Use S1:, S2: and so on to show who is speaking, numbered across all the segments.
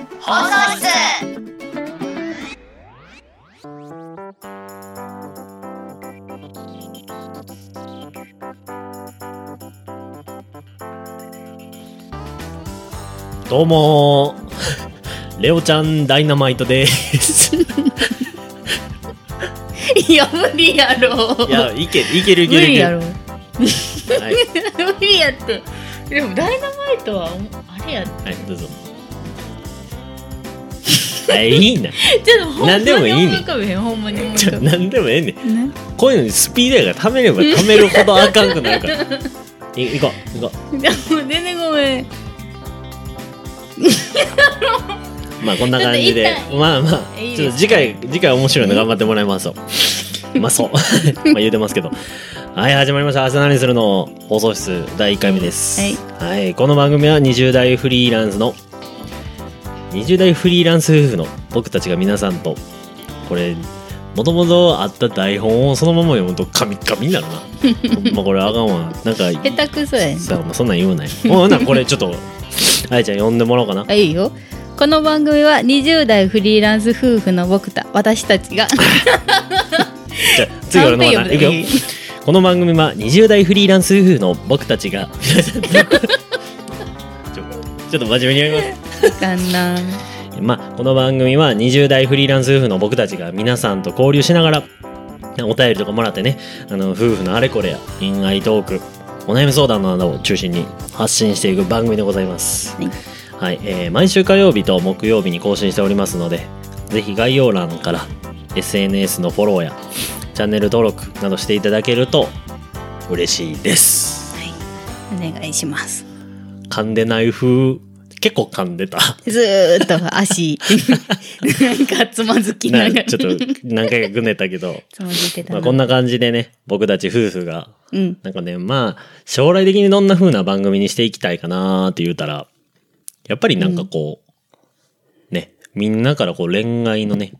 S1: 放送室
S2: どうもーレオちゃんダイナマイトです。い
S3: いや無理やろ
S2: や、いける、いける、い
S3: 無
S2: ける。い
S3: 理
S2: け
S3: や
S2: る
S3: ろ
S2: はい、
S3: 無理やってでもダイナマイトはあれや
S2: はい、どう ぞ。はい、いいな。
S3: ちょっとほんま
S2: 何でもい
S3: に
S2: いねん
S3: 思い浮かべへんほんまに思い
S2: ち
S3: 浮か
S2: ょ、
S3: べへん
S2: なんでもええねん。
S3: ね
S2: こういうのにスピードやから、貯めれば貯めるほどあかんくなるから。い、行こう、行こ
S3: でも全然ごめん
S2: う。まあ、こんな感じで
S3: ちょっと一。旦
S2: まあまあ、
S3: いいです
S2: ちょっと次回、次回面白いの頑張ってもらいますと。まあ、そう。 まあ、言うてますけど。はい、始まりました。明日何するの放送室第1回目です。
S3: はい
S2: はい、この番組は20代フリーランスの、20代フリーランス夫婦の僕たちが皆さんと、これ、もともとあった台本をそのまま読むとカミッカミになるな。ほん まこれあかんわ。なんか、
S3: 下手くそやねん
S2: さあ、そんなん言うなよ。ほんならこれちょっと、あやちゃん呼んでもらおうかな。
S3: あいいよこの番組は20代フリーランス夫婦の僕た私 たちが
S2: じゃあ次俺の
S3: 短
S2: 番
S3: 編
S2: だいくよ
S3: 読む
S2: この番組は20代フリーランス夫婦の僕たちがちょちょっと真面目にやります
S3: あかんな
S2: まあ、この番組は20代フリーランス夫婦の僕たちが皆さんと交流しながらお便りとかもらってねあの夫婦のあれこれや恋愛トークお悩み相談などを中心に発信していく番組でございます、
S3: はい
S2: はいえー毎週火曜日と木曜日に更新しておりますのでぜひ概要欄から SNS のフォローやチャンネル登録などしていただけると嬉しいです
S3: はいお願いします
S2: 噛んでない風結構噛んでた
S3: ずーっと足なんかつまず きなが
S2: な
S3: ら
S2: ちょっと何回かぐねたけ ど
S3: つまずいてた
S2: ま
S3: な、
S2: あ、こんな感じでね僕たち夫婦が
S3: うん
S2: なんかねまあ将来的にどんな風な番組にしていきたいかなーって言うたらやっぱりなんかこう、ねみんなからこう恋愛のね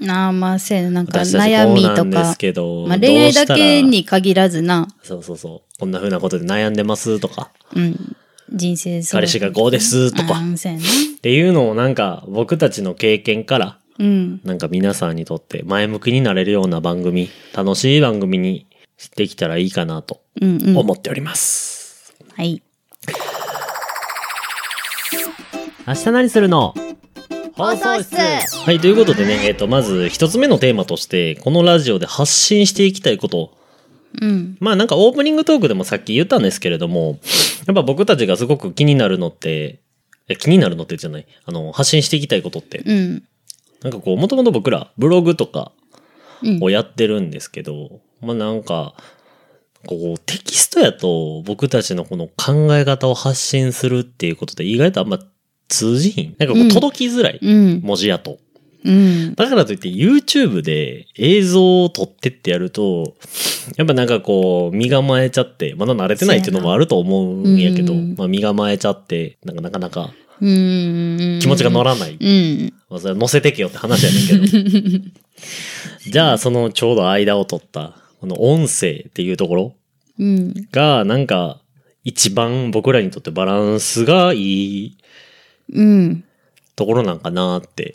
S3: なあまあせやななんか
S2: 私たち
S3: 悩
S2: こう
S3: み
S2: な
S3: と
S2: んで
S3: か
S2: すけど
S3: まあ、
S2: どう
S3: 恋愛
S2: した
S3: だ
S2: ら
S3: けに限らずな、
S2: そうそうそうこんな風なことで悩んでますとか
S3: うん、人生相
S2: 彼氏がこうですとか
S3: あ
S2: っ
S3: ーそうやな
S2: ていうのをなんか僕たちの経験から
S3: うん
S2: なんか皆さんにとって前向きになれるような番組楽しい番組にしてきたらいいかなと
S3: うんうん
S2: 思っております。
S3: はい
S2: 明日何するの
S1: 放送室
S2: はい、ということでね、えっ、と、まず一つ目のテーマとして、このラジオで発信していきたいこと。
S3: うん
S2: まあなんかオープニングトークでもさっき言ったんですけれども、やっぱ僕たちがすごく気になるのって、え気になるのってじゃない、あの、発信していきたいことって、
S3: うん
S2: なんかこう、もともと僕らブログとか
S3: うん
S2: をやってるんですけど、まあなんか、こう、テキストやと僕たちのこの考え方を発信するっていうことで意外とあんま通じひん。なんかこ
S3: う
S2: うん届きづらい。
S3: うん
S2: 文字やと。
S3: うん
S2: だからといって YouTube で映像を撮ってってやると、やっぱなんかこう、身構えちゃって、まだ慣れてないっていうのもあると思うんやけど、
S3: そうやなうん
S2: まあ身構えちゃって、なんかなかなか
S3: うん
S2: 気持ちが乗
S3: ら
S2: らない。
S3: うん
S2: まあそれは乗せてけよって話やねんけど。 じゃあそのちょうど間を取った、この音声っていうところ
S3: うん
S2: が、なんか一番僕らにとってバランスがいい
S3: うん
S2: ところなんかなって。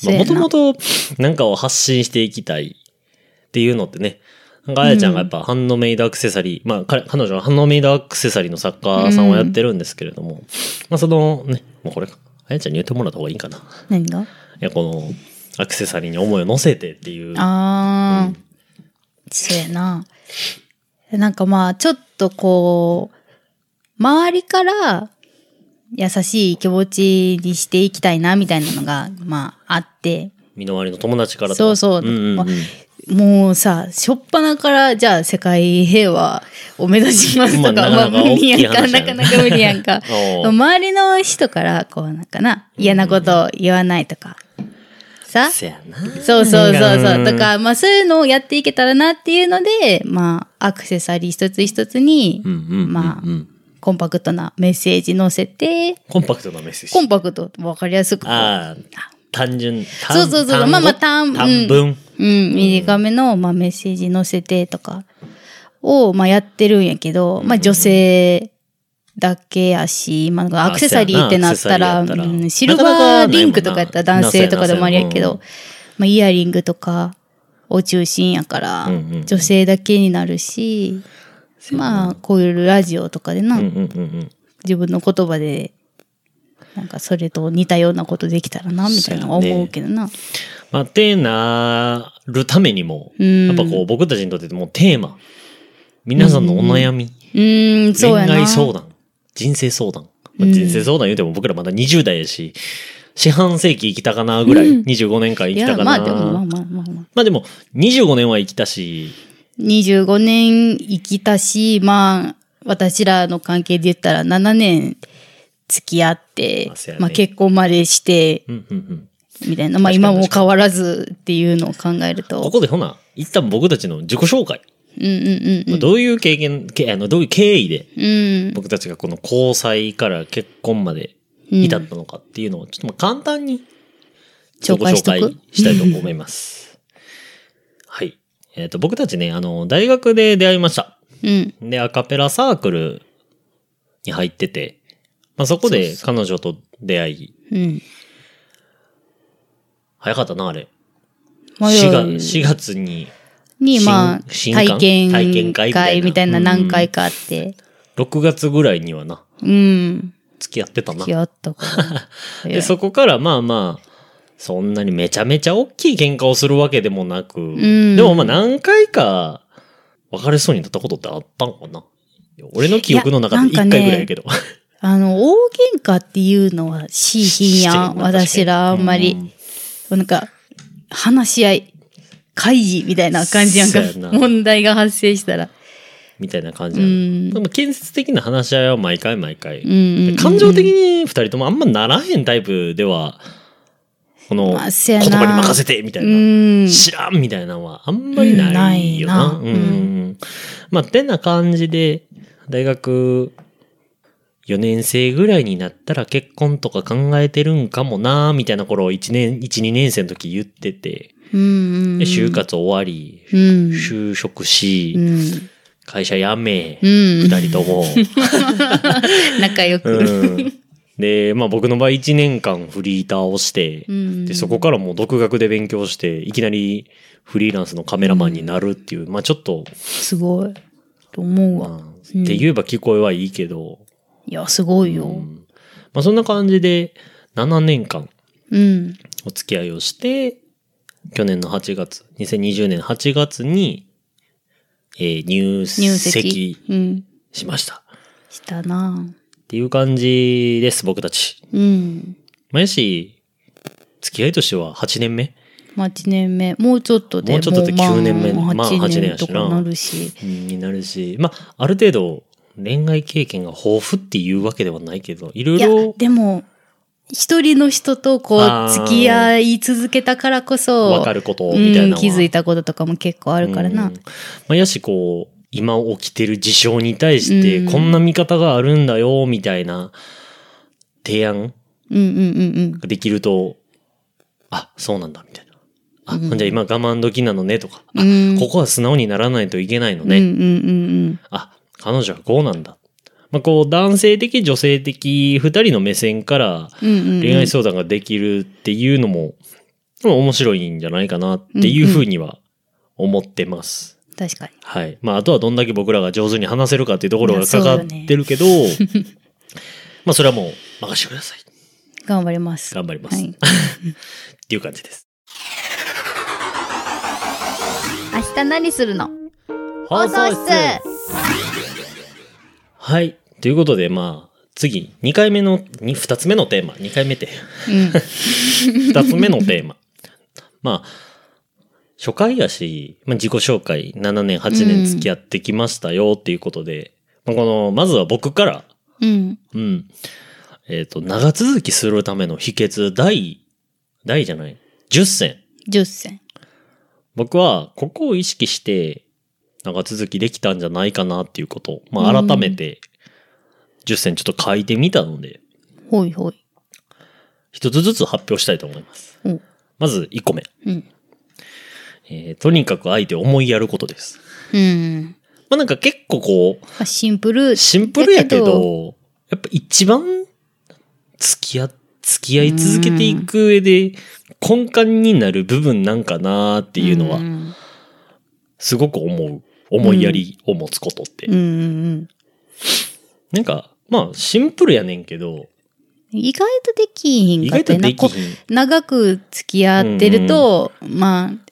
S3: そう
S2: も
S3: やな
S2: ともとなんかを発信していきたいっていうのってね。なんかあやちゃんがやっぱハンドメイドアクセサリー、まあ彼彼女はハンドメイドアクセサリーの作家さんをやってるんですけれども、まあそのね、もうこれか。あやちゃんに言ってもらった方がいいかな。い
S3: 何が
S2: や、このアクセサリーに思いを乗せてっていう。
S3: あー、そうやななんかまあちょっとこう周りから優しい気持ちにしていきたいなみたいなのがまああって
S2: 身の回りの友達からとか。
S3: そうそう、
S2: んうんうん
S3: まもうさ初っ端からじゃあ世界平和を目指しますとか、
S2: ま
S3: ま
S2: あなか
S3: あ、
S2: なか
S3: 無理やん
S2: 大きい
S3: か
S2: 話や
S3: な
S2: ね
S3: かなか無理やんか
S2: お う
S3: 周りの人からこうなんかな嫌なことを言わないとか、さ
S2: せやな。
S3: そうそうそう
S2: な
S3: そ
S2: ん
S3: う。
S2: か
S3: とか、まあそういうのをやっていけたらなっていうので、まあアクセサリー一つ一つに、
S2: うんうんうんうん
S3: まあコンパクトなメッセージ載せて、
S2: コンパクトなメッセージ。
S3: コンパクト、わかりやすくこう。
S2: ああ、単純。単
S3: そうそうそう
S2: 単語
S3: まあまあ単
S2: 単文。
S3: うん、短めの、まあ、メッセージ載せてとかを、まあ、やってるんやけど、まあ、女性だけやし、まあ、なんか
S2: あ
S3: アクセサリーってなったら、
S2: アクセサリーやったら
S3: うんシル
S2: なかな
S3: バー
S2: かないもんな
S3: リングとかやったら男性とかでもありやけ
S2: な
S3: ど、まあ、イヤリングとかを中心やから、
S2: うんうんうん
S3: 女性だけになるし、まあ、こういうラジオとかでな、
S2: うんうんうんうん。
S3: 自分の言葉で、なんかそれと似たようなことできたらな、みたいな
S2: そうやね
S3: 思うけどな。
S2: まあ、てなるためにも、
S3: うん
S2: やっぱこう僕たちにとってもうテーマ、皆さんのお悩み、
S3: うーん、そう
S2: 恋
S3: やな。
S2: 愛相談、人生相談。まあ、
S3: うん
S2: 人生相談言うても僕らまだ20代やし、四半世紀生きたかなぐらい、
S3: うん
S2: 25年間生
S3: い
S2: きた
S3: や、
S2: かな。
S3: まあでも、まあまあまあまあ。
S2: まあでも、25年は生きたし、
S3: 25年生きたし、まあ、私らの関係で言ったら7年付き合って
S2: まあそう、やね
S3: まあ結婚までして、
S2: うんうんうん。
S3: みたいな、まあ
S2: 確か
S3: 今
S2: に
S3: も変わらずっていうのを考える、
S2: ことこでほな、一旦僕たちの自己紹介。
S3: うんうんうん
S2: まあどういう経験、けあのどういう経緯で、
S3: うん。
S2: 僕たちがこの交際から結婚まで至ったのかっていうのを、ちょっとまあ簡単に
S3: 紹介しと
S2: ご紹
S3: く
S2: 介したいと思います。はい。えっ、と、僕たちね、あの、大学で出会いました。
S3: うん。
S2: で、アカペラサークルに入ってて、まあ、そこで彼女と出会い、
S3: うん。
S2: 早かったな、あれ。
S3: まあ
S2: 4月 ,4 月に、
S3: に、まあ、
S2: 新新
S3: 体験
S2: 体験会みたいな
S3: 会みたいな何回かあって、
S2: 6月ぐらいにはな、
S3: うん。
S2: 付き合ってたな
S3: 付き。合った から
S2: で、そこからまあまあ、そんなにめちゃめちゃ大きい喧嘩をするわけでもなく、
S3: ん
S2: でもまあ何回か別れそうになったことってあったんかな俺の記憶の中で
S3: いやなん
S2: 1
S3: かね
S2: 回ぐらいやけど。
S3: あの、大喧嘩っていうのはしいひんやん。私らあん まり。なんか、話し合い、会議みたいな感じやんか
S2: そうやな。
S3: 問題が発生したら。
S2: みたいな感
S3: う。
S2: じやなんでも建設的な話し合いは毎回毎回。
S3: うんうんうん
S2: 感情的に二人ともあんまならへんタイプでは、この
S3: まあせ
S2: 言
S3: やな
S2: 葉に任せてみたいな。
S3: うん。
S2: 知らんみたいなのはあんまりないよな。
S3: う
S2: うんん。う
S3: ない
S2: ん
S3: な
S2: まあ、てな感じで、大学4年生ぐらいになったら結婚とか考えてるんかもなーみたいな頃を1年、1、2年生の時言ってて、
S3: うん。
S2: で就。活終わり、
S3: うん。
S2: 就職
S3: う
S2: し、
S3: ん。
S2: 会社辞め、
S3: うん。
S2: 二人とも。
S3: 仲良
S2: う
S3: く。
S2: ん。で、まあ僕の場合1年間フリーターをして、
S3: うん。
S2: で、そこからもう独学で勉強して、いきなりフリーランスのカメラマンになるっていう、まあちょっと、
S3: すごい。と思う
S2: まあ
S3: わ。うん
S2: って言えば聞こえはいいけど、
S3: いや、すごいうよ。
S2: んまあそんな感じで7年間
S3: うん。
S2: お付き合いをして、去年の8月、2020年8月に、えー入
S3: 入籍
S2: 籍。
S3: うん。
S2: しました。
S3: したな
S2: っていう感じです、僕たち。
S3: うん。
S2: まあやし、付き合いとしては8年目
S3: まあ、1年目。もうちょっとで。
S2: もうちょっとで9年目
S3: ま
S2: ま
S3: あ
S2: あ
S3: 8
S2: 8年
S3: 年
S2: や
S3: と
S2: しな
S3: かなるし。
S2: になるし、まあ、ある程度、恋愛経験が豊富っていうわけではないけど、いろい
S3: いや
S2: ろ、
S3: でも、一人の人とこう、
S2: あー
S3: 付き合い続けたからこそ、
S2: わかることみたいなのは
S3: うん気づいたこととかも結構あるから
S2: う。
S3: な
S2: ま
S3: ん
S2: あ、やし、こう、今起きてる事象に対し
S3: うん
S2: て、こんな見方があるんだよ、みたいな提案
S3: うんうんうん
S2: ができると、あ、そうなんだ、みたいな。あ、じゃあ今我慢時なのね、とか、あ
S3: うん
S2: ここは素直にならないといけないの
S3: うん。うんう
S2: ね。
S3: んうん
S2: あ、彼女はこうなんだ。まあ、こう、男性的、女性的、二人の目線から、
S3: うん。うんうん
S2: 恋愛相談ができるっていうのも、まあ面白いんじゃないかなっていうふうには思ってます。
S3: 確かに。
S2: はい。まあ、あとはどんだけ僕らが上手に話せるかっていうところ
S3: いや
S2: が
S3: そう
S2: か
S3: よ
S2: か
S3: ね
S2: ってるけど、 まあ、それはもう任せてください。
S3: 頑張ります。
S2: 頑張ります。
S3: は
S2: っ
S3: い。
S2: ていう感じです。
S3: 明日何するの
S1: 放送室
S2: はい。ということで、まあ、次、2回目の、に2つ目のテーマ、2回目って、
S3: うん。
S2: 2つ目のテーマ。 まあ、初回やし、まあ、自己紹介、7年、8
S3: うん
S2: 年付き合ってきましたよっていうことで、まあ、この、まずは僕から、
S3: うん。
S2: うん。えっ、と、長続きするための秘訣、第、第じゃない、10選。
S3: 10選。
S2: 僕は、ここを意識して、長続きできたんじゃないかなっていうこと、まあ、改めて、10選ちょっと書いてみたので、
S3: ほいほい。
S2: 一つずつ発表したいと思います。
S3: お
S2: まず、1個目。
S3: うん。
S2: えーとにかく相手を思いやることです。
S3: うん。
S2: まあなんか結構こ
S3: まあシンプル。
S2: う、シンプルやけど、やっぱ一番付き合、付き合い続けていく上で根幹になる部分なんかなっていうのは
S3: うん
S2: すごく思う。思いやりを持つことって。
S3: うんうん。
S2: なんか、まあシンプルやねんけど、
S3: 意外とできひん
S2: 意
S3: かっ
S2: 外と
S3: たよな
S2: できひん。
S3: 長く付き合ってると、まあ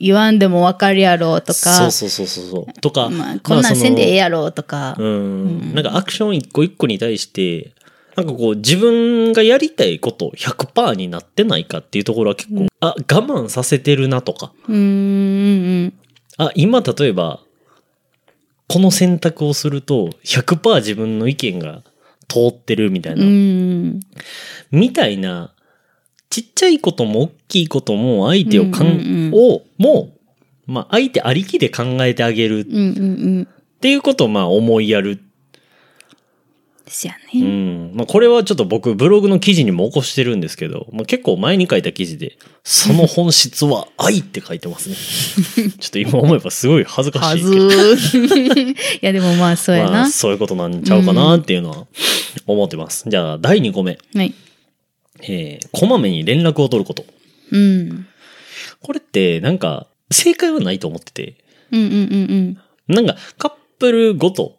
S3: 言わんでもわかるやろうと
S2: そ
S3: か
S2: うそうそうそうそう。とか、
S3: まあ、こんなんせんでええやろうとか、
S2: うん、なんかアクション一個一個に対して、なんかこう自分がやりたいこと100%になってないかっていうところは結構、あ、我慢させてるなとか、
S3: うん、うん
S2: あ、今例えば、この選択をすると100%自分の意見が通ってるみたい
S3: うんう
S2: な、
S3: ん
S2: みたいな、ちっちゃいことも大きいことも相手をかん、
S3: うんうんうん
S2: を、もう、まあ相手ありきで考えてあげるっ
S3: うんうん
S2: ていうことをまあ思いやる
S3: ですよ
S2: う
S3: ね、
S2: ん。まあ、これはちょっと僕、ブログの記事にも起こしてるんですけど、まあ、結構前に書いた記事で、その本質は愛って書いてますね。 ちょっと今思えばすごい恥ずか
S3: は
S2: しい
S3: ず
S2: けど。
S3: ーいやでもまあそうやな、
S2: まあ、そういうことなんちゃうかなっていうのは思ってます。じゃあ、第2個目。
S3: はい
S2: えー、こまめに連絡を取ること。
S3: うん、うん
S2: これって、なんか、正解はないと思ってて、
S3: うんうんうん
S2: なんか、カップルごと、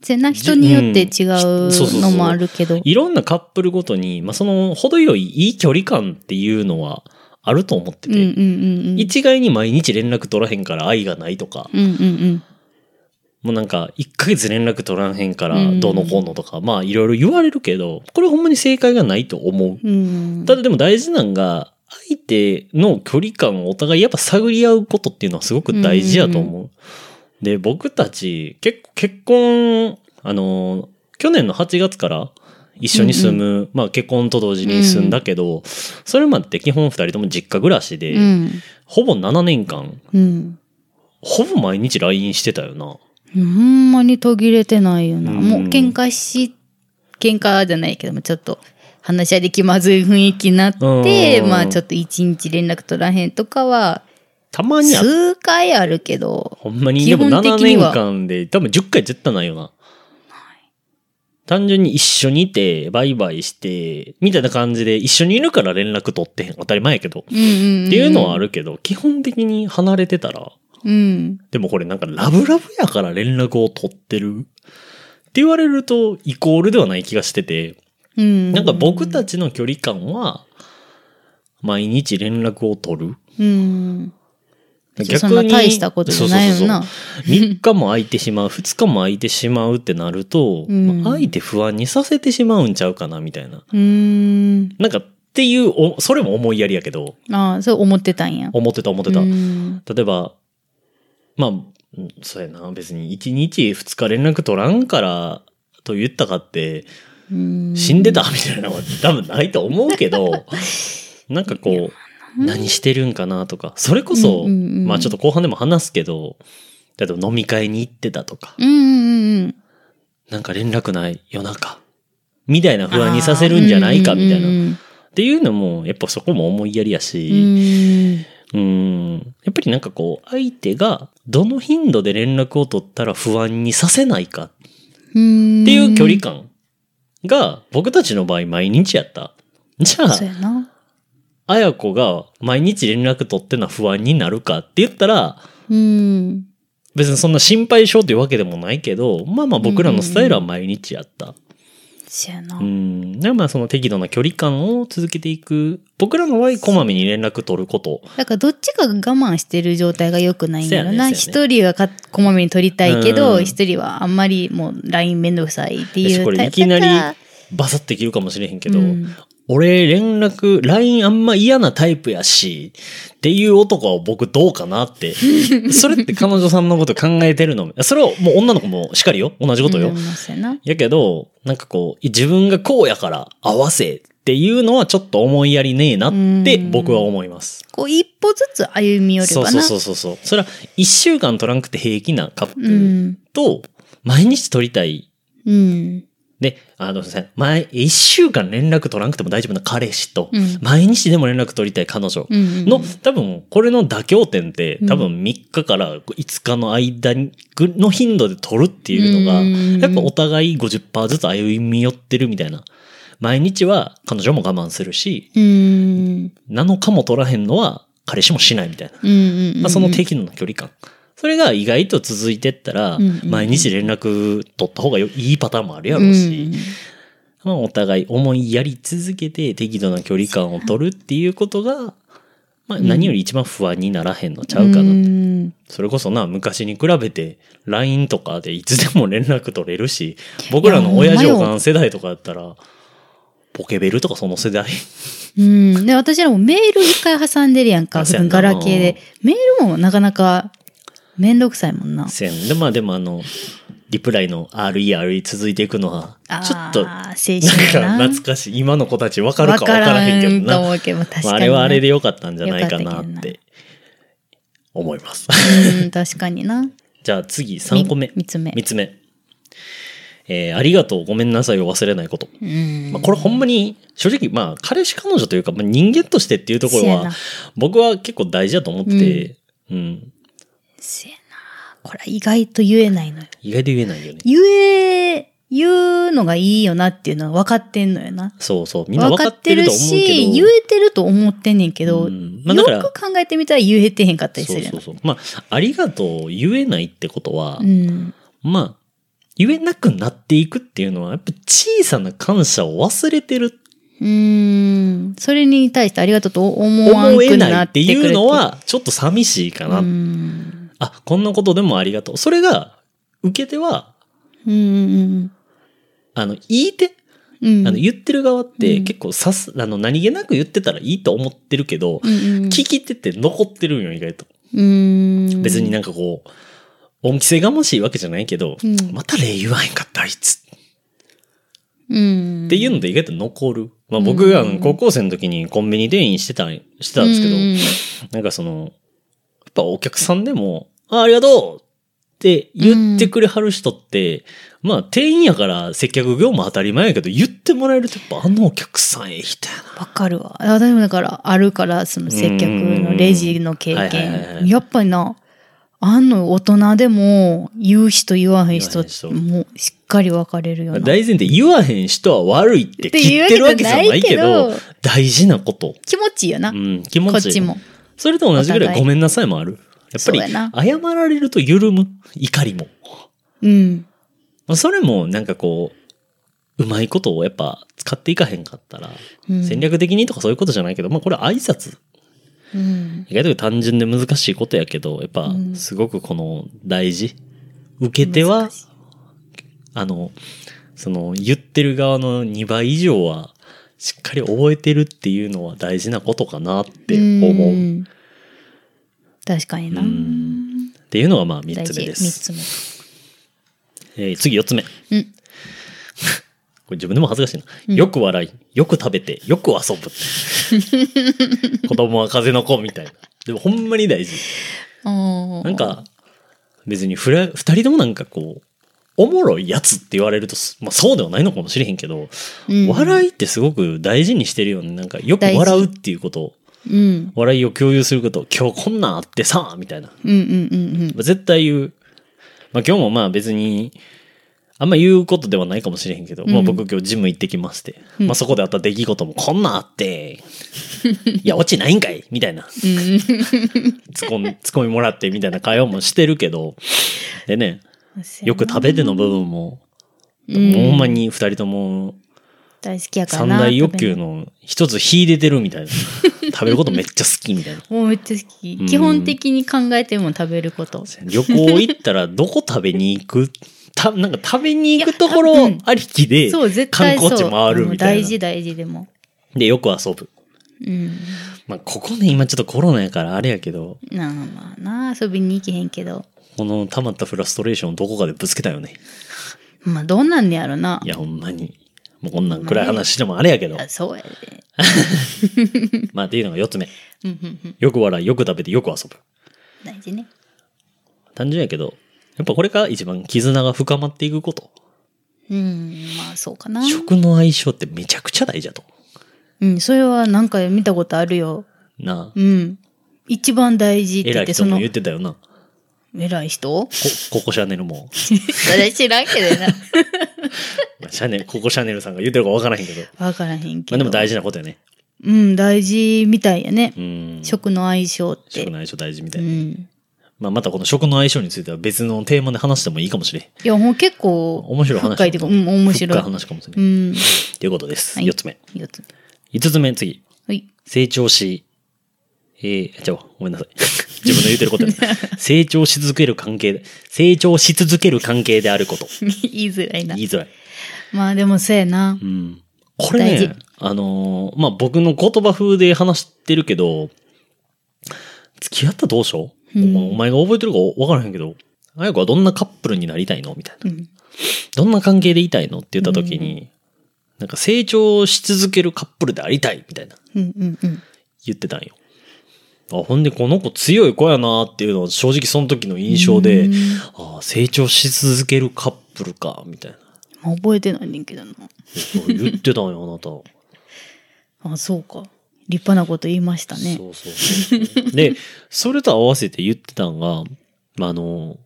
S3: せやな人によって違
S2: うんそうそうそうう
S3: のもあるけど、
S2: いろんなカップルごとに、まあ、その、程よいいい距離感っていうのはあると思って
S3: うん
S2: て、
S3: うんうんうん
S2: 一概に毎日連絡取らへんから愛がないとか、
S3: うんうん
S2: もうなんか1ヶ月連絡取らへんから
S3: うん
S2: どうのこうのとか、まあいろいろ言われるけど、これほんまに正解がないと思う。
S3: うんうん
S2: ただでも大事なんが、相手の距離感をお互いやっぱ探り合うことっていうのはすごく大事やと思う。で、僕たち結構結婚、あの、去年の8月から一緒に住む、まあ結婚と同時に住んだけど、それまでって基本2人とも実家暮らしで、
S3: うん
S2: ほぼ7年間
S3: うん
S2: ほぼ毎日 LINE してたよな。
S3: ほんまに途切れてないよな。
S2: うん
S3: もう喧嘩し、喧嘩じゃないけども、ちょっと話し合いで気まずい雰囲気になって、
S2: うん
S3: まあちょっと一日連絡取らへんとかは、
S2: たまにあっ
S3: 数回あるけど、
S2: ほんまに、
S3: 基
S2: でも
S3: 本的
S2: 7
S3: に
S2: 年
S3: は
S2: 間で、多分10回絶対ないよな。単純に一緒にいて、バイバイして、みたいな感じで、一緒にいるから連絡取ってへん。当たり前やけど。っ
S3: うんうん、うん。
S2: ていうのはあ。るけど、基本的に離れてたら、
S3: うん。
S2: でもこれなんかラブラブやから連絡を取ってるって言われると、イコールではない気がしてて、
S3: うん。
S2: なんか僕たちの距離感は、毎日連絡を取る。
S3: うん。そんな大したことじゃないよな。
S2: 3日も空いてしまう、2日も空いてしまうってなると、
S3: うん
S2: まあ相手不安にさせてしまうんちゃうかな、みたいな。
S3: うーん。
S2: なんか、っていうお、それも思いやりやけど、
S3: ああ、そう思ってたんや。
S2: 思ってた思ってた。
S3: うん
S2: 例えば、まあ、うんそうやな、別に1日2日連絡取らんから、と言ったかって、
S3: うん
S2: 死んでたみたいなのは多分ないと思うけ ど、なんかこう、何してるんかなとか、それこそ、
S3: うんうんうん
S2: まあちょっと後半でも話すけど、例えば飲み会に行ってたとか、
S3: うんうんうん。
S2: なんか連絡ない夜中。みたいな不安にさせるんじゃないか、
S3: あー
S2: みたいな。
S3: う
S2: っ
S3: ん
S2: ていうのも、やっぱそこも思いやりや
S3: うんうん
S2: し、うん、やっぱりなんかこう、相手がどの頻度で連絡を取ったら不安にさせないかっ
S3: うん。
S2: ていう距離感が、僕たちの場合毎日やった。じゃあ
S3: そう、やな。
S2: あやこが毎日連絡取ってのは不安になるかって言ったら、
S3: うん。
S2: 別にそんな心配性というわけでもないけど、まあまあ僕らのスタイルは毎日やった。
S3: そやな。
S2: うん。でまあその適度な距離感を続けていく。僕らの場合、こまめに連絡取ること。
S3: だからどっちかが我慢してる状態が良くないんだろうな。
S2: そうやね
S3: 一、
S2: そう
S3: 人はかこまめに取りたいけど、
S2: うん
S3: 一人はあんまりもう LINE めんどくさいってい
S2: 私
S3: う
S2: これ
S3: タ
S2: い
S3: イプ
S2: きな
S3: だ
S2: り
S3: から。
S2: バサって切るかもしれへんけど、
S3: うん
S2: 俺連絡、LINE あんま嫌なタイプやし、っていう男は僕どうかなって。それって彼女さんのこと考えてるの。それをもう女の子もしかりよ。同じことよ。
S3: うんでもそうやな。
S2: やけど、なんかこう、自分がこうやから合わせっていうのはちょっと思いやりねえなって僕は思います。
S3: こう一歩ずつ歩み寄れば
S2: そう
S3: な。
S2: そうそうそうそう。それは一週間取らなくて平気なカップ
S3: う
S2: ル
S3: ん。
S2: と、毎日取りたい
S3: うん。
S2: で、あの、すいません前、一週間連絡取らなくても大丈夫な彼氏と、
S3: うん
S2: 毎日でも連絡取りたい彼女
S3: うんうんうん
S2: の、多分、これの妥協点って、
S3: うん
S2: 多分3日から5日の間にぐの頻度で取るっていうのが、
S3: うん
S2: やっぱお互い50%ずつ歩み寄ってるみたいな。毎日は彼女も我慢するし、
S3: うん。
S2: 7日も取らへんのは彼氏もしないみたいな。
S3: うんうんうん。
S2: まあ、その適度な距離感。それが意外と続いてったら、
S3: うんうんうん
S2: 毎日連絡取った方がよいいパターンもあるや
S3: や
S2: ろうし、まあ、お互い思いやり続けて適度な距離感を取るっていうことが、まあ、何より一番不安にならへんのちゃうかな。
S3: な。
S2: それこそな、昔に比べて、LINE とかでいつでも連絡取れるし、僕らの親父
S3: いや
S2: お
S3: ほんま
S2: か
S3: よ
S2: ん世代とかだったら、ポケベルとかその世代。
S3: うん。で、私らもメール一回挟んでるやんか。
S2: あそうやな
S3: ガラケーで。メールもなかなかめんどくさいもんな。
S2: せんで、まあでもあの、リプライの RERE 続いていくのは、ちょっと、
S3: ああ、青
S2: な
S3: 春や
S2: んか
S3: な。
S2: 懐かしい。今の子たち分かるか分からへんけ
S3: わ
S2: ど
S3: んと
S2: な。
S3: 思うけど、確かに
S2: まあ、
S3: な。
S2: あれはあれで良かったんじゃないかな
S3: 良か
S2: っ
S3: ったけ
S2: て思います。
S3: うん、確かにな。
S2: じゃあ次3個目。
S3: み三つ目
S2: 3つ目。えーありがとう、ごめんなさいを忘れないこと。
S3: うん。
S2: まあ、これほんまに、正直、まあ、彼氏彼女というか、まあ、人間としてっていうところ
S3: せや
S2: は
S3: な、
S2: 僕は結構大事だと思ってて、うん、
S3: せやな。これは意外と言えないのよ。
S2: 意外と言えないよね。
S3: 言え、言うのがいいよなっていうのは分かってんのよな。
S2: そうそう。みんな分かってると思うけど。
S3: し、言えてると思ってんねんけど、
S2: うんまあだから
S3: よく考えてみたら言えてへんかったりす
S2: そう
S3: るやん
S2: そうそう。まあ、ありがとう言えないってことは、
S3: うん。
S2: まあ、言えなくなっていくっていうのは、やっぱ小さな感謝を忘れてる、
S3: うーん。それに対してありがとうと思わん
S2: 思え
S3: く
S2: ない
S3: なっ
S2: って
S3: てくる
S2: いうの、は、ちょっと寂しいか
S3: う
S2: な。
S3: ん。
S2: あ、こんなことでもありがとう。それが、受け手は、
S3: うんうん
S2: あの、言い手、
S3: うん。
S2: あの、言ってる側って
S3: うん
S2: 結構さす、あの、何気なく言ってたらいいと思ってるけど、
S3: うんうん
S2: 聞き手って残ってるんよ、意外と。
S3: うん。
S2: 別になんかこう、恩着せがましいわけじゃないけど、
S3: うん
S2: また礼言わへんかった、あいつ。
S3: うん。
S2: っていうので意外と残る。まあ僕があの高校生の時にコンビニ店員してたん、してたんですけど、なんかその、やっぱお客さんでも、あありがとうって言ってくれはる人って、まあ店員やから接客業も当たり前やけど、言ってもらえるとやっぱあのお客さんええ人やな。
S3: わかるわ。あでもだから、あるから、その接客のレジの経
S2: うんはいはいは
S3: 験。
S2: い
S3: やっぱりな、あんの大人でも、言う人言わへん人、
S2: 言わへん人
S3: もうしっかり分かれるような。
S2: 大前提言わへん人は悪いって切ってるわけじゃないけど
S3: っていうわけじゃないけど、
S2: 大事なこと。
S3: 気持ちいいよな、
S2: う
S3: こ
S2: ん、気持
S3: っ
S2: ちい
S3: ち
S2: い。
S3: も。
S2: それと同じぐらい
S3: お互い
S2: ごめんなさいもある。やっぱり
S3: そうやな、
S2: 謝られると緩む。怒りも。
S3: うん。
S2: まあそれもなんかこう、うまいことをやっぱ使っていかへんかったら、
S3: うん
S2: 戦略的にとかそういうことじゃないけど、まあこれ挨拶。
S3: うん。
S2: 意外と単純で難しいことやけど、やっぱ
S3: うん
S2: すごくこの大事。受け手は
S3: 難しい、
S2: あの、その言ってる側の2倍以上はしっかり覚えてるっていうのは大事なことかなって思う。
S3: ん確かにな。
S2: うんっていうのがまあ3
S3: 大
S2: つ
S3: 事
S2: 目で
S3: 三
S2: す。
S3: つ目。
S2: えー次4つ目。こ
S3: うん
S2: れ自分でも恥ずかしいな。よく笑い、よく食べて、よく遊 ぶ。子供は風の子みたいな。でもほんまに大事。
S3: あー
S2: なん、か、別にふら、二人ともなんかこう、おもろいやつって言われるとす、まあそうではないのかもしれへんけど、
S3: うん
S2: 笑いってすごく大事にしてるよね。なんかよく笑うっていうこと、
S3: うん。
S2: 笑いを共有すること、今日こんなんあってさ、みたいな。
S3: うんうんうん
S2: 絶対言う。まあ今日もまあ別に、あんま言うことではないかもしれへんけど、まあ僕今日ジム行ってきまして、まあそこであった出来事もこんなんあ って、いや、落ちないんかいみたいな。ツッコミ、ツッコミもらってみたいな会話もしてるけど、でね、
S3: うん。
S2: よく食べての部分も、
S3: うん
S2: もうほんまに二人とも
S3: 大好きやから
S2: 三
S3: な。
S2: 大欲求の一つ秀でてるみたいな。食べることめっちゃ好きみたいな。
S3: もうめっちゃ好き。基本的に考えても食べること。
S2: 旅行行ったらどこ食べに行く たなんか食べに行くところありきで
S3: そう、絶
S2: 観
S3: 対そう。
S2: 光地回る
S3: うん
S2: みたい
S3: 大事
S2: な。
S3: 大事でも。
S2: で、よく遊ぶ。
S3: うん。
S2: まあ、ここね、今ちょっとコロナやからあれやけど、
S3: なあまあなあ、遊びに行けへんけど。
S2: この溜まったフラストレーションをどこかでぶつけたよね。。
S3: まあどんなんねやろない
S2: や、ほんまに。もうこんなん暗い話でもあれやけど。
S3: あそうやで。
S2: まあ、っていうのが4つ目。
S3: うんうんうん
S2: よく笑い、よく食べて、よく遊ぶ。
S3: 大事ね。
S2: 単純やけど、やっぱこれから一番絆が深まっていくこと。
S3: うん、まあそうかな。
S2: 食の相性ってめちゃくちゃ大事だと。
S3: うん、それは何回見たことあるよ。
S2: なあ。
S3: うん。一番大事って
S2: 偉
S3: 言っ
S2: い
S3: て、
S2: 人
S3: そ
S2: も
S3: の
S2: 言、ってたよな。こ、
S3: 偉い人
S2: ココシャネルも。
S3: それ知らんけどな。
S2: まあシャネル、ココシャネルさんが言ってるかわからへんけど。
S3: わからへんけ
S2: ま
S3: ど。
S2: あでも大事なことやね。
S3: うん、大事みたいやね
S2: う。ん。
S3: 食の相性って。
S2: 食の相性大事みた
S3: う
S2: いな。
S3: ん。
S2: まあまたこの食の相性については別のテーマで話してもいいかもしれん。
S3: いや、ほん結構、
S2: 面白い話。
S3: 深いというか、うん、面白い。
S2: 深い話かもしれ。
S3: うんん。
S2: ということです。
S3: はい
S2: 四つ目。
S3: 四つ。
S2: 五つ目、次。
S3: はい。
S2: 成長し、えー、ちゃうわごめんなさい。 自分の言ってることや な成長し続ける関係で、成長し続ける関係であること。
S3: 言いづらいな
S2: 言。いづらい。
S3: まあでもそうやな
S2: う。ん。これ
S3: 大
S2: ね
S3: 事、
S2: あのーまあ、僕の言葉風で話してるけど、付き合った当初、
S3: うん
S2: おお前が覚えてるかわからへんけど、あやこはどんなカップルになりたいのみたいな。
S3: うん。
S2: どんな関係でいたいのって言った時に、なんか成長し続けるカップルでありたいみたいな
S3: うんうんうん。
S2: 言ってたんよ。あほんでこの子強い子やなっていうのは正直その時の印象で
S3: うん、
S2: ああ成長し続けるカップルか、みたいな。
S3: まあ覚えてないねんけどな。
S2: そう言ってたんよ、あなた。
S3: あ、そうか。立派なこと言いましたね。
S2: そうそうそう。で、それと合わせて言ってたんが、まあ、あの、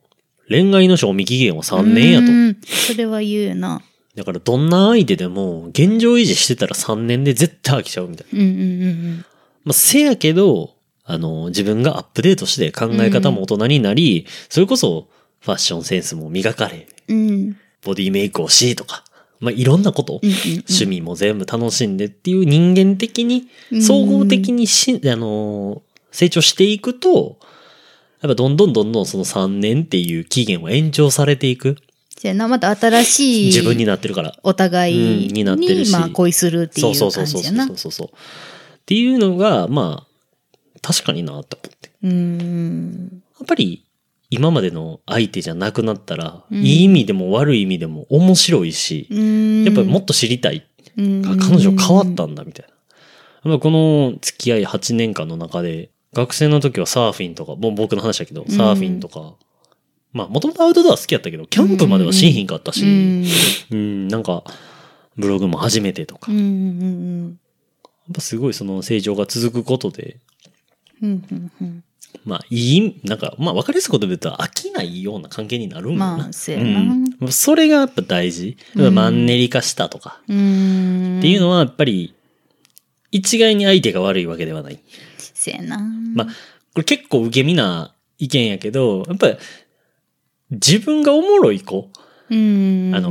S2: 恋愛の賞味期限は3年やと。
S3: と。それは言うよな。
S2: だからどんな相手でも現状維持してたら3年で絶対飽きちゃうみたいな。
S3: うんうんうん
S2: まあ、せやけど、あの、自分がアップデートして考え方も大人になり、それこそファッションセンスも磨かれ、
S3: うん。うん。うん
S2: ボディメイクをしとか、まあ、いろんなこと、
S3: うんうん。
S2: 趣味も全部楽しんでっていう人間的に
S3: う、ん
S2: 総合的にし、あのー、成長していくと、やっぱどんどんどんどんその3年っていう期限は延長されていく。
S3: じゃあな、また新しい。
S2: 自分になってるから。
S3: お互い
S2: うん
S3: に
S2: になってるし
S3: まあ恋するってい
S2: そううそうそ
S3: 感
S2: うそう
S3: じ
S2: そ
S3: やな
S2: う。そうそう。っていうのが、まあ、確かになって思って。
S3: うーん。
S2: やっぱり今までの相手じゃなくなったら、
S3: うん
S2: いい意味でも悪い意味でも面白いし、やっぱりもっと知りたい。
S3: うん、
S2: あ彼女変わったんだみたいな。まあこの付き合い8年間の中で、学生の時はサーフィンとか、もう僕の話だけど、サーフィンとか、まあもともとアウトドア好きやったけど、キャンプまではしひんかったし、
S3: う
S2: うん、
S3: ん。
S2: なんか、ブログも初めてとか、
S3: うんう
S2: やっ
S3: ん
S2: ぱすごいその成長が続くことで、
S3: うん。うんうんうん
S2: まあ、いい、なんか、まあ、分かりやすいことで言ったら飽きないような関係になるんだな。
S3: まあそうやな
S2: うんそれがやっぱ大事。
S3: うん
S2: マンネリ化したとか。
S3: うーん。
S2: っていう
S3: の
S2: のは、やっぱり、一概に相手が悪いわけではない。
S3: せやな。
S2: まあ、これ結構受け身な意見やけど、やっぱり、自分がおもろい子、
S3: うん。
S2: あの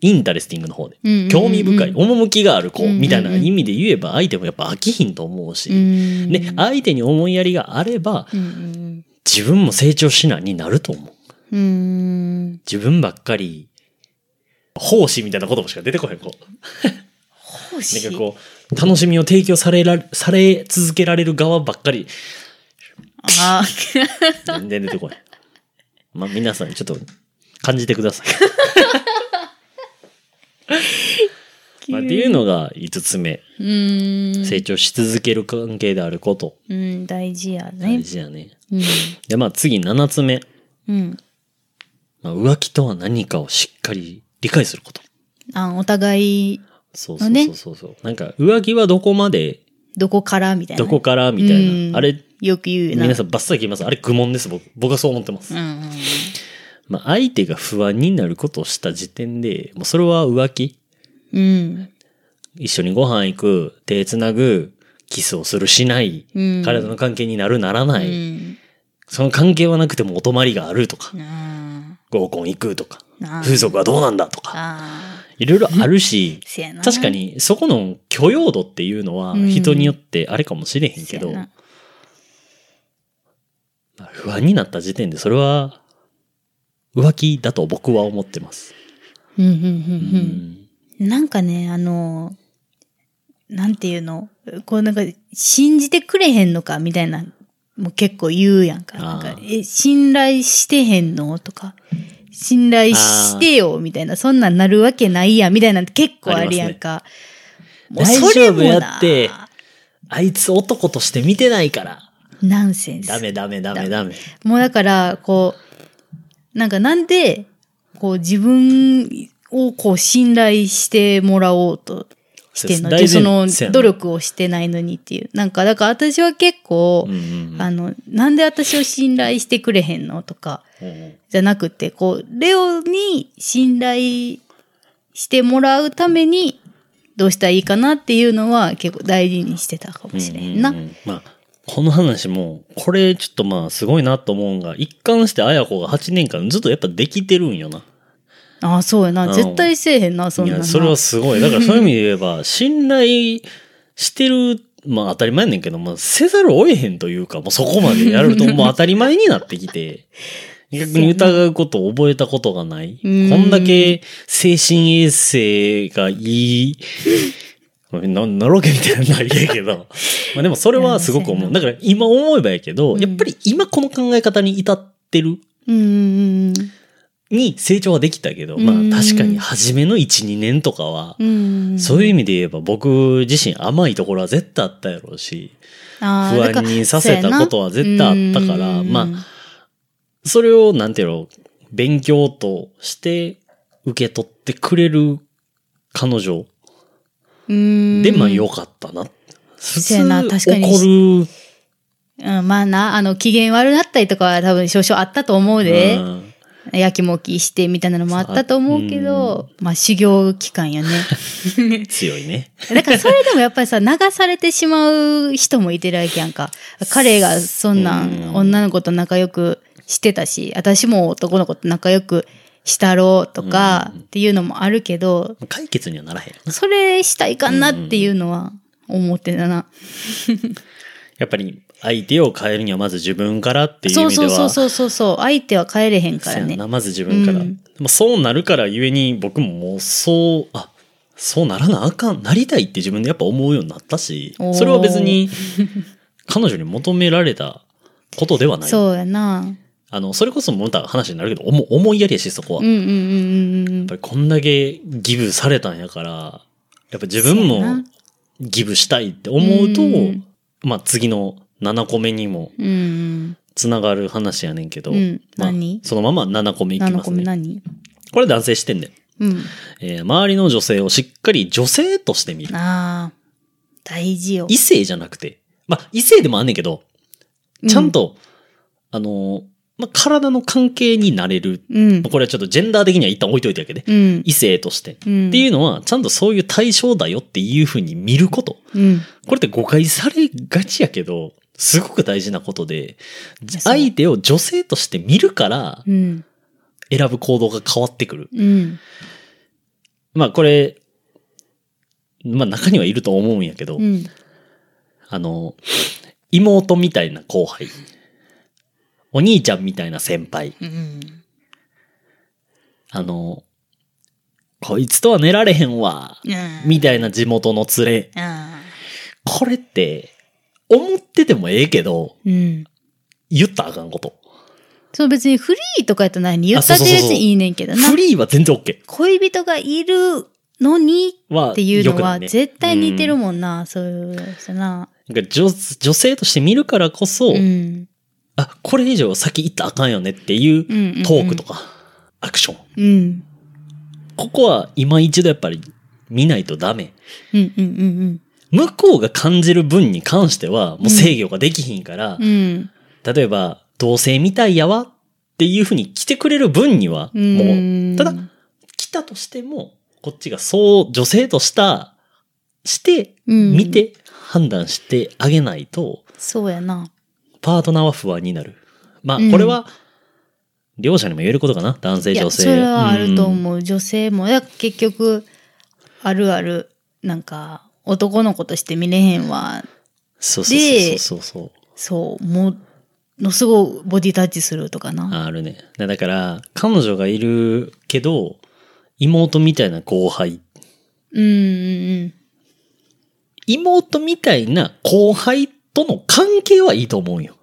S2: インタレスティングの方で、
S3: の
S2: 興味深い、趣がある子、
S3: うんうんうん
S2: みたいな意味で言えば、相手もやっぱ飽きひんと思う
S3: う
S2: し、
S3: ん。
S2: ね、相手に思いやりがあれば、
S3: うんうん
S2: 自分も成長しなになると思う。
S3: うん。うん。
S2: 自分ばっかり、奉仕みたいな言葉しか出てこへん、こう。
S3: 欲し
S2: なんか
S3: い。
S2: こう、楽しみを提供されら、され続けられる側ばっかり、
S3: あー
S2: 全然出てこへん。 まあ皆さん、ちょっと、感じてくだ さい。まあ、っていうのが5つ目。
S3: うーん。
S2: 成長し続ける関係であること。
S3: うん、大事や
S2: 大
S3: ね。
S2: 事やね。
S3: うん。
S2: で、まあ次7つ目。
S3: うん。
S2: まあ、浮気とは何かをしっかり理解すること。
S3: あ、お互い、
S2: そうそうそうそうそう。なんか、浮気はどこまで、
S3: どこからみたいな。
S2: どこからみたい
S3: うん
S2: な。あれ、
S3: よく言うよな。
S2: 皆さんバッサリ言います。あれ愚問です、僕。僕はそう思ってます。
S3: うんうん
S2: まあ、相手が不安になることをした時点で、もうそれは浮気。
S3: うん。
S2: 一緒にご飯行く、手つなぐ、キスをするしない、
S3: うん
S2: 彼との関係になるなら
S3: う
S2: ない、
S3: ん。
S2: その関係はなくてもお泊まりがあるとか、
S3: あ
S2: 合コン行くとか、
S3: あ
S2: 風俗はどうなんだとか、
S3: あー、
S2: いろいろあるし、
S3: せやな。
S2: 確かにそこの許容度っていうのは
S3: うん
S2: 人によってあれかもしれへん
S3: せ
S2: け
S3: やな、
S2: ど、まあ不安になった時点でそれは浮気だと僕は思ってます。
S3: うんうん
S2: う
S3: うんうん。なんかね、あの、なんていうの、こうなんか、信じてくれへんのかみたいな、もう結構言うやんか。なん
S2: あー
S3: か、え、信頼してへんのとか、信頼してよ、みたいな、そんなんなるわけないやん、みたいなの結構あるやんか。もう
S2: 大
S3: それ
S2: 丈
S3: も
S2: 夫
S3: な
S2: やって、あいつ男として見てないから、
S3: ナンセンス。
S2: ダメダメダメダメ。
S3: もうだから、こう、なんかなんで、こう自分、をこう信頼してもらおうとしてんの
S2: そう
S3: で
S2: です
S3: そ
S2: 大
S3: の
S2: 前線
S3: 努力をしてないのにっていうなんかだから私は結構、
S2: うんうん
S3: あのなんで私を信頼してくれへんのとか
S2: うん
S3: じゃなくてこうレオに信頼してもらうためにどうしたらいいかなっていうのは結構大事にしてたかもしれへんな。
S2: うううまあ、この話も、これちょっとまあすごいなと思うんが、一貫して綾子が8年間ずっとやっぱできてるんよな。
S3: ああそうやな
S2: うん
S3: 絶対せえへんなそん
S2: い
S3: な
S2: や、
S3: の
S2: それはす ごい。だからそういう意味で言えば、信頼してる、まあ当たり前やねんけど、まあせざるを得へんというか、もうそこまでやる ともう当たり前になってきて、逆に疑うことを覚えたことがない。こ
S3: うん
S2: んだけ精神衛生がいい、 な、なろけみたいなのありやけど。まあでもそれはすごく思う。だから今思えばやけど、
S3: うん
S2: やっぱり今この考え方に至ってる
S3: うんうん
S2: に成長はできたけど、
S3: う
S2: ま
S3: ん
S2: あ確かに初めの1、2年とかは、
S3: うんうん
S2: そういう意味で言えば僕自身甘いところは絶対あったやろうし、
S3: ああ
S2: 不安
S3: だから
S2: にさせたことは絶対あったから
S3: そうやな
S2: まあそれをなんていうの、勉強として受け取ってくれる彼女
S3: うん
S2: で、まあ良かったな。普
S3: そうやな確かに
S2: 怒る。
S3: うん、まあな、あの、機嫌悪なったりとかは多分少々あったと思う
S2: う
S3: で、
S2: ん
S3: やきもきしてみたいなのもあったと思うけど、まあ修行期間 やね。
S2: 強いね。
S3: だからそれでもやっぱりさ、流されてしまう人もいてるわけやんか。彼がそんな
S2: うんん
S3: 女の子と仲良くしてたし、私も男の子と仲良くしたろうとか
S2: うん
S3: っていうのもあるけど、
S2: 解決にはならへん。
S3: それしたいかんなっていうのは思ってたな。
S2: やっぱり相手を変えるにはまず自分からっていう意
S3: そう
S2: 味で
S3: そう
S2: は。
S3: そうそうそうそう、相手は帰れへんか
S2: そう
S3: ら
S2: や
S3: ね。
S2: なまず自分から。
S3: うん
S2: でもそうなるからゆえに僕ももうそう、あ、そうならなあかん、なりたいって自分でやっぱ思うようになったし、
S3: おー
S2: それは別 に彼女に求められたことではない。
S3: そうやな。
S2: あの、それこそまた話になるけど、思思いやりやし、そこは。
S3: うん
S2: やっ
S3: うんうんうんうん
S2: ぱりこんだけギブされたんやから、やっぱ自分
S3: そうや
S2: も
S3: な
S2: ギブしたいって思うと、
S3: うん
S2: まあ次の7個目にも
S3: うん
S2: つながる話やねんけど、
S3: うん
S2: まあ
S3: 何
S2: そのまま7個目いき
S3: 7
S2: ま
S3: 個
S2: す
S3: 目
S2: ね。
S3: 何
S2: これ男性視点で。
S3: うん。
S2: えー周りの女性をしっかり女性として見る。
S3: ああ、大事よ
S2: 異。性じゃなくて。まあ、異性でもあんねんけど、ちゃんと、あのー、まあ、体の関係になれる。
S3: うん。
S2: これはちょっとジェンダー的には一旦置いといてやけどね。
S3: うん。
S2: 異性として。
S3: うん。
S2: っていうのは、ちゃんとそういう対象だよっていうふうに見ること。
S3: うん。
S2: これって誤解されがちやけど、すごく大事なことで、
S3: やそう
S2: 相手を女性として見るから、
S3: うん。
S2: 選ぶ行動が変わってくる。
S3: うん。
S2: まあこれ、まあ中にはいると思うんやけど、
S3: うん。
S2: あの、妹みたいな後輩、お兄ちゃんみたいな先輩、
S3: うん。
S2: あの、こいつとは寝られへんわ、みたいな地元の連れ、
S3: あ
S2: これって、思っててもええけど、
S3: ーうん。
S2: 言ったらあかんこと。
S3: そう別にフリーとかやったら何言ったって別にいいねんけどな
S2: フ。リーは全然 OK。
S3: 恋人がいるのに
S2: は、
S3: っていう
S2: 良
S3: の
S2: くな
S3: はい
S2: ね
S3: 絶対似てるもんな、そういう人な。
S2: うんなんか女女性として見るからこそ、
S3: うん。
S2: あ、これ以上先行ったらあかんよねっていう
S3: うんうんうん
S2: トークとか、アクション。
S3: うん。
S2: ここは今一度やっぱり見ないとダメ。
S3: うんうんうん
S2: 向こうが感じる分に関してはもう制御ができひんから、
S3: うん。うん。
S2: 例えば同性みたいやわっていうふうに来てくれる分には、
S3: うん
S2: もう、ただ来たとしても、こっちがそう女性とした、して、
S3: うん
S2: 見て、判断してあげないと、
S3: そうやな。
S2: パートナーは不安になる。まあ
S3: うん、
S2: これは、両者にも言えることかな男性、
S3: いや
S2: 女性。
S3: それはあると
S2: うん。
S3: 思う女性もいや結局あるあるなんか男の子として見れへんわ
S2: そうそうそうそうそう。
S3: そうものすごいボディタッチするとかな
S2: ああるね。だだから、彼女がいるけど、妹みたいな後輩。
S3: うんうん
S2: 妹みたいな後輩との関係はいいと思うんよ。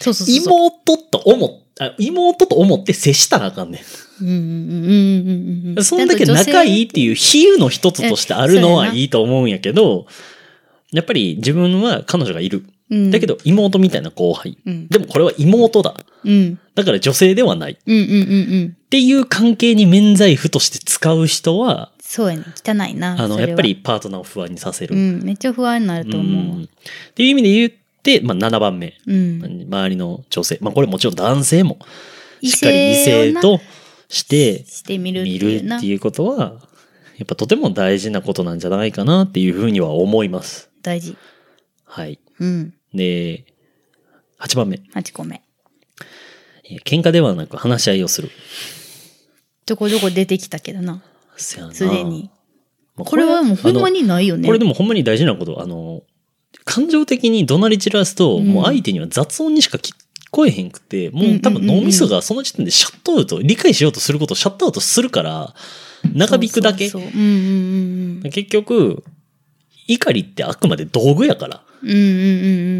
S3: そうそうそうそう
S2: 妹と思っあ妹と思って接したらあかんね
S3: うんうんうんうんうんうん
S2: ん。そんだけ仲いいっていう比喩の一つとしてあるの
S3: えそうや
S2: は
S3: ない
S2: いと思うんやけど、やっぱり自分は彼女がいる。
S3: うん
S2: だけど妹みたいな後輩。
S3: うん
S2: でもこれは妹だ。
S3: うん。
S2: だから女性ではない。っ
S3: うんうんうんうん。
S2: ていう関係に免罪符として使う人は、
S3: そうやね。汚いな。
S2: あの、
S3: それは
S2: やっぱりパートナーを不安にさせ
S3: う
S2: る。
S3: ん。めっちゃ不安になると思
S2: うん
S3: う。
S2: っていう意味で言って、まあ、7番目。
S3: うん。
S2: 周りの女性。まあ、これもちろん男性も、
S3: 異
S2: しっかり異
S3: 性を
S2: 性
S3: な
S2: として
S3: してみるって
S2: 見
S3: いう
S2: る
S3: な
S2: って。いうことは、やっぱとても大事なことなんじゃないかなっていうふうには思います。
S3: 大事。
S2: はい。
S3: うん。
S2: で、8番目。
S3: 8個目。
S2: えー喧嘩ではなく話し合いをする。
S3: ちょこちょこ出てきたけどな。
S2: せやな
S3: すでに。
S2: まあ
S3: これはもうほんまにないよ
S2: あの
S3: ね。
S2: これでもほんまに大事なこと。あの、感情的に怒鳴り散らすと、
S3: うん
S2: もう相手には雑音にしか聞こえへんくて、もう多
S3: うん
S2: 分
S3: うんうんうん
S2: 脳みそがその時点でシャットアウト、理解しようとすることをシャットアウトするから、長引くだけ。
S3: そうそうそううんうんうんうん。
S2: 結局、怒りってあくまで道具やから。
S3: うんうんう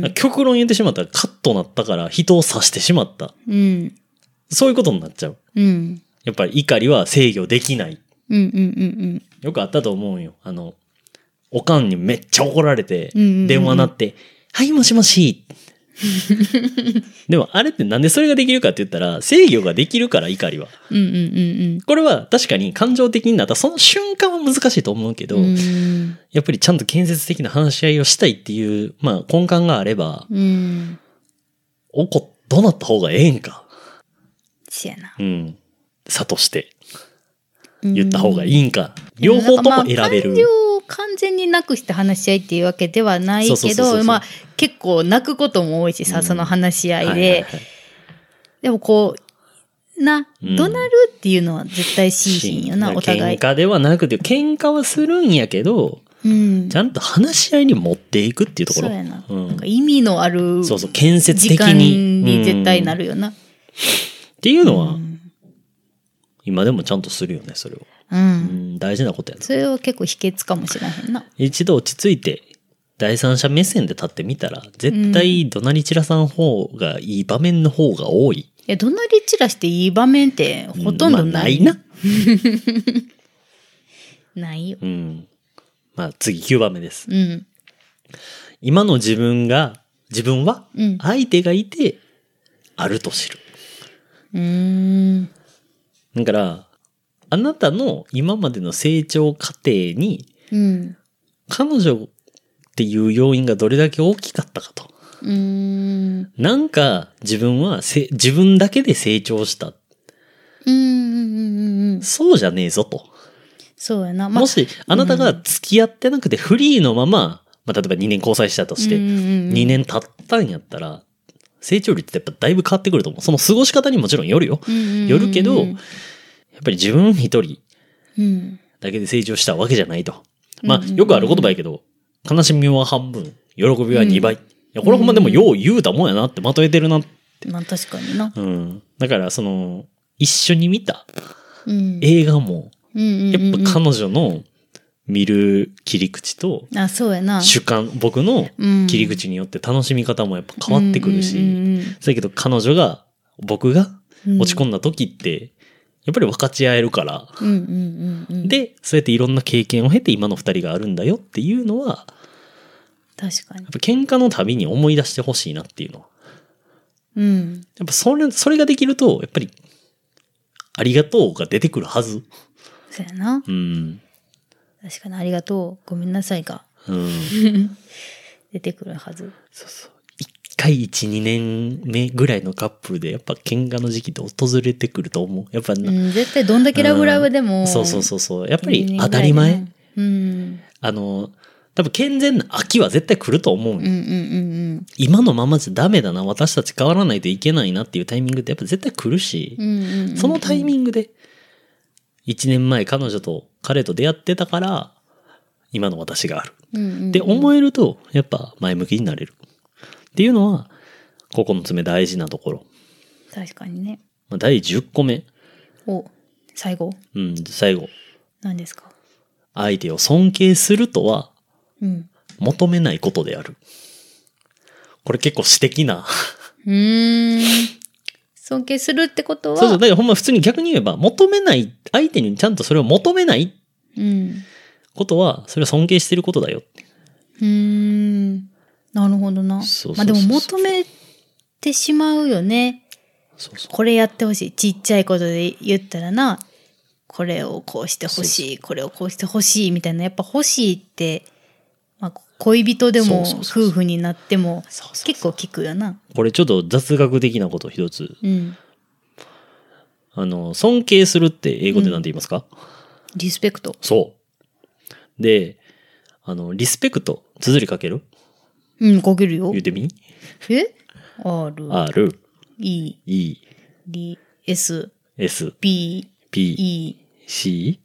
S3: んうん。
S2: 極論言ってしまったらカッとなったから人を刺してしまった。
S3: うん。
S2: そういうことになっちゃう。
S3: うん。
S2: やっぱり怒りは制御できない。
S3: うんうんうん
S2: よくあったと思うんよ。あの、おかんにめっちゃ怒られて、
S3: うんうんうんうん
S2: 電話鳴って、はい、もしもし。 でも、あれってなんでそれができるかって言ったら、制御ができるから、怒りは。
S3: うん。うんうんうん
S2: これは確かに感情的になったその瞬間は難しいと思うけど、
S3: うん。うん
S2: やっぱりちゃんと建設的な話し合いをしたいっていう、まあ根幹があれば、
S3: うん。
S2: 怒っ、どうなった方がええんか。
S3: せやな。
S2: うん。差として
S3: うん
S2: 言った方がいいんか。両方とも選べ
S3: なんかまあ感
S2: る。
S3: 情を完全になくして話し合いっていうわけではない
S2: そう
S3: け
S2: そうそうそう
S3: ど、まあ結構泣くことも多いし
S2: う
S3: さ、
S2: ん
S3: その話し合いで。
S2: はいはいはい
S3: でもこう、な、
S2: うん
S3: 怒鳴るっていうのは絶対心身よな、お互い
S2: 喧。嘩ではなくて、喧嘩はするんやけど、
S3: うん
S2: ち。ゃんと話し合いに持っていくっていうところ。
S3: そうやな。
S2: うん
S3: なんか意味のある
S2: そうそう、建設
S3: 時
S2: 的
S3: 間
S2: に。
S3: に絶対な
S2: る。
S3: るよな。
S2: っていうの
S3: う
S2: は、
S3: ん。
S2: 今でもちゃんとするよね、それを。
S3: う
S2: うんん、大事なことやな。
S3: それは結構秘訣かもしれへんな。
S2: 一度落ち着いて、第三者目線で立ってみたら、絶対怒鳴り散らさん方がいい場面の方が多い。
S3: いや、怒鳴り散らしていい場面ってほとん
S2: う
S3: ど
S2: んまあ
S3: な。
S2: ないいな。
S3: ないよ。
S2: うん。まあ次9番目です。
S3: うん。
S2: 今の自分が、自分は
S3: うん
S2: 相手がいて、あると知る。
S3: うーん。
S2: だから、あなたの今までの成長過程に、
S3: うん。
S2: 彼女っていう要因がどれだけ大きかったかと。
S3: うーん。
S2: なんか自分はせ自分だけで成長した。
S3: うんうんうんうん。
S2: そうじゃねえぞと。
S3: そうやな。まあ
S2: もしあなたが付き合ってなくてフリーのまま、まあ、例えば2年交際したとして、
S3: うんうんうん
S2: 2年経ったんやったら、成長率ってやっぱだいぶ変わってくると思う。その過ごし方にもちろんよるよ。
S3: うんうんうんうん
S2: よるけど、やっぱり自分一人
S3: うん。
S2: だけで成長したわけじゃないと。ま
S3: うん
S2: あ
S3: うんう、ん
S2: よくある言葉やけど、悲しみは半分、喜びは2倍。いや、これほんまでもよう言うたもんやなってまとえてるな。
S3: まあ確かにな。
S2: うん。だから、その、一緒に見た
S3: うん。
S2: 映画も、
S3: うんうん
S2: や
S3: うんうん
S2: っぱ彼女の見る切り口と、
S3: あ、そうやな。
S2: 主観、僕の
S3: うん
S2: 切り口によって楽しみ方もやっぱ変わってくるし、
S3: うんうんうん
S2: そうやけど彼女が、僕が
S3: うん
S2: 落ち込んだ時って、やっぱり分かち合えるから、
S3: うんうんうんうん。
S2: で、そうやっていろんな経験を経て今の二人があるんだよっていうのは、
S3: 確かに
S2: やっ。ぱ喧嘩のたびに思い出してほしいなっていうのは。
S3: うん。
S2: やっぱそれ、それができると、やっぱり、ありがとうが出てくるはず。
S3: そうやな。
S2: うん。
S3: 確かにありがとう。ごめんなさいが
S2: うん。
S3: 出てくるはず。
S2: そうそう。一回一、二年目ぐらいのカップルで、やっぱ喧嘩の時期って訪れてくると思う。やっぱ
S3: う
S2: な、
S3: ん。絶対どんだけラブラブで
S2: う
S3: も。
S2: んそうそうそうそう。やっぱり
S3: いいね
S2: 当たり
S3: ぐらい
S2: 前
S3: だ。なうん。
S2: あの、多分健全な秋は絶対来ると思うよ、
S3: うんうんうん
S2: 今のままじゃダメだな、私たち変わらないといけないなっていうタイミングってやっぱ絶対来るし、
S3: うん。うんうんうん。
S2: そのタイミングで、1年前彼女と彼と出会ってたから、今の私がある。
S3: うん
S2: って思えると、やっぱ前向きになれる。っていうのは、ここの爪大事なところ。
S3: 確かにね。
S2: まあ第10個目。
S3: お、最後
S2: うん、最後。
S3: 何ですか
S2: 相手を尊敬するとは
S3: うん。
S2: 求めないことである。これ結構私的な。
S3: うーん。尊敬するってことは。
S2: そうそう。だからほんま普通に逆に言えば、求めない、相手にちゃんとそれを求めない
S3: うん。
S2: ことは、それは尊敬してることだよ。
S3: うーん。なるほどな。
S2: そうそうそう
S3: まあでも求めてしまうよね。
S2: そうそう
S3: これやってほしいちっちゃいことで言ったらなこれをこうしてほしいこれをこうしてほしいみたいなやっぱ欲しいって、まあ、恋人でも
S2: そうそうそうそう
S3: 夫婦になっても
S2: そうそうそう
S3: 結構聞くよな。
S2: これちょっと雑学的なこと一つ
S3: うん、
S2: あの尊敬するって英語で何て言いますか、
S3: リスペクト
S2: そうであのリスペクト綴りかける
S3: うんかけるよ
S2: 言うてみ
S3: え ?R
S2: R
S3: E
S2: E
S3: D S
S2: S
S3: P
S2: P
S3: E
S2: C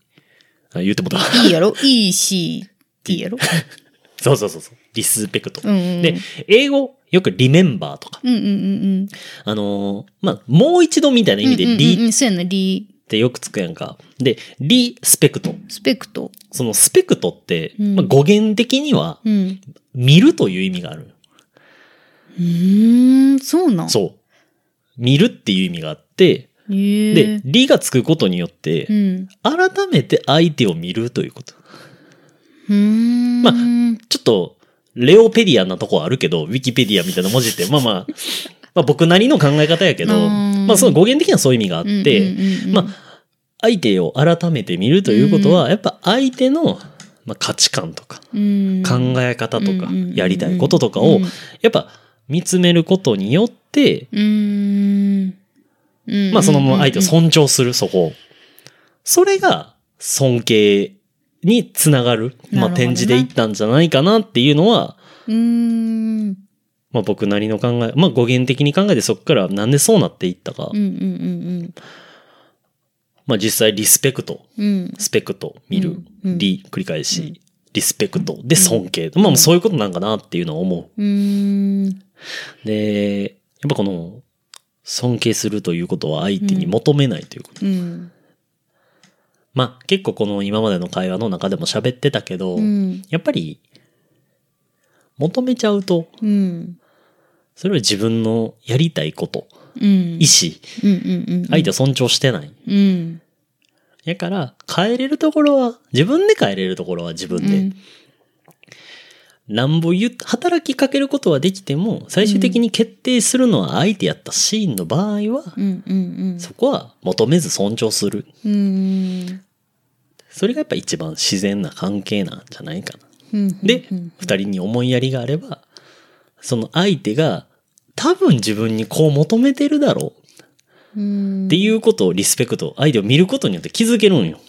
S2: あ言うてもうた
S3: E やろ ?E C T やろ
S2: そうそうそうそうリスペクト、
S3: うんうん
S2: で英語よくリメンバーとか
S3: うんうんうん
S2: あのーまあもう一度みたいな
S3: うん。
S2: 意味で
S3: うんうん
S2: リ
S3: うんうん、そうやな、リ
S2: ってよくつくやんか。で、リスペクト。
S3: スペクト。
S2: そのスペクトって、
S3: うん
S2: まあ、語源的には、
S3: うん。
S2: 見るという意味がある。
S3: うーん、そうなん。
S2: そう。見るっていう意味があって、
S3: へー
S2: で、リがつくことによって
S3: う、ん。
S2: 改めて相手を見るということ。
S3: うーん。
S2: まあちょっと、レオペディアなとこはあるけど、ウィキペディアみたいな文字 って、まあまあ、まあ僕なりの考え方やけど、
S3: うん
S2: まあその語源的にはそういう意味があっ
S3: うんうんうんうん、
S2: て、まあ相手を改めて見るということは、やっぱ相手の、まあ、価値観とか、
S3: うん、
S2: 考え方とか
S3: うん
S2: やりたいこととかを
S3: うん
S2: やっぱ見つめることによって
S3: うーん。うん
S2: まあそのまま相手を
S3: う
S2: 尊重するそこをそれが尊敬につながる
S3: なるほど
S2: まあ
S3: ね
S2: 展示でいったんじゃないかなっていうのは
S3: ーん。うん
S2: まあ僕なりの考えまあ語源的に考えてそこからなんでそうなっていったか
S3: うんうん
S2: まあ実際リスペクト
S3: うん。うん。
S2: スペクト見る
S3: うんうん
S2: リ繰り返しリスペクトで尊敬まあもうそういうことなんかなっていうのは思う。
S3: うーん。
S2: で、やっぱこの、尊敬するということは相手に求めないということ。
S3: うん。
S2: まあ結構この今までの会話の中でも喋ってたけど、
S3: うん。
S2: やっぱり、求めちゃうと、
S3: うん。
S2: それは自分のやりたいこと、
S3: うん
S2: 意。思、
S3: うんうんうん。
S2: 相手を尊重してない。
S3: うん。
S2: だから、変えれるところは、自分で変えれるところは自分で。
S3: うん
S2: なんぼ言っ働きかけることはできても、最終的に決定するのは相手やったシーンの場合は、
S3: うんうん
S2: そこは求めず尊重する。
S3: うん。うん。
S2: それがやっぱ一番自然な関係なんじゃないかな。
S3: うん
S2: で、
S3: う
S2: 二
S3: ん
S2: 人に思いやりがあれば、その相手が多分自分にこう求めてるだろう
S3: うん
S2: っていうことをリスペクト、相手を見ることによって気づけるんよ。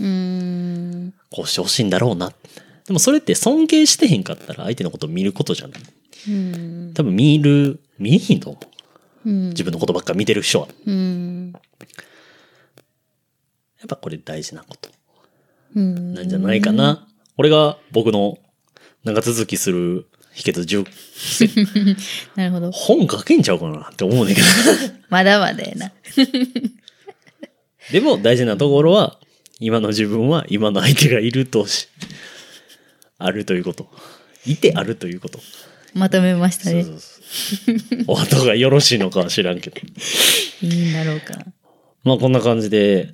S3: うん。
S2: こうしてほしいんだろうな。でもそれって尊敬してへんかったら相手のことを見ることじゃない。
S3: うん。
S2: 多分見る、見えへんと思う。
S3: うん
S2: 自分のことばっか見てる人は。
S3: うん。
S2: やっぱこれ大事なこと
S3: うん。
S2: なんじゃないかな。これが僕の長続きする秘訣10
S3: なるほど。
S2: 本書けんちゃうかなって思うねんけど。
S3: まだまだやな。
S2: でも大事なところは、今の自分は今の相手がいるとし、あるということ。いてあるということ。
S3: まとめました
S2: そう
S3: ね
S2: そ。うそう。お後がよろしいのかは知らんけど。
S3: いいんだろうか。
S2: まあこんな感じで、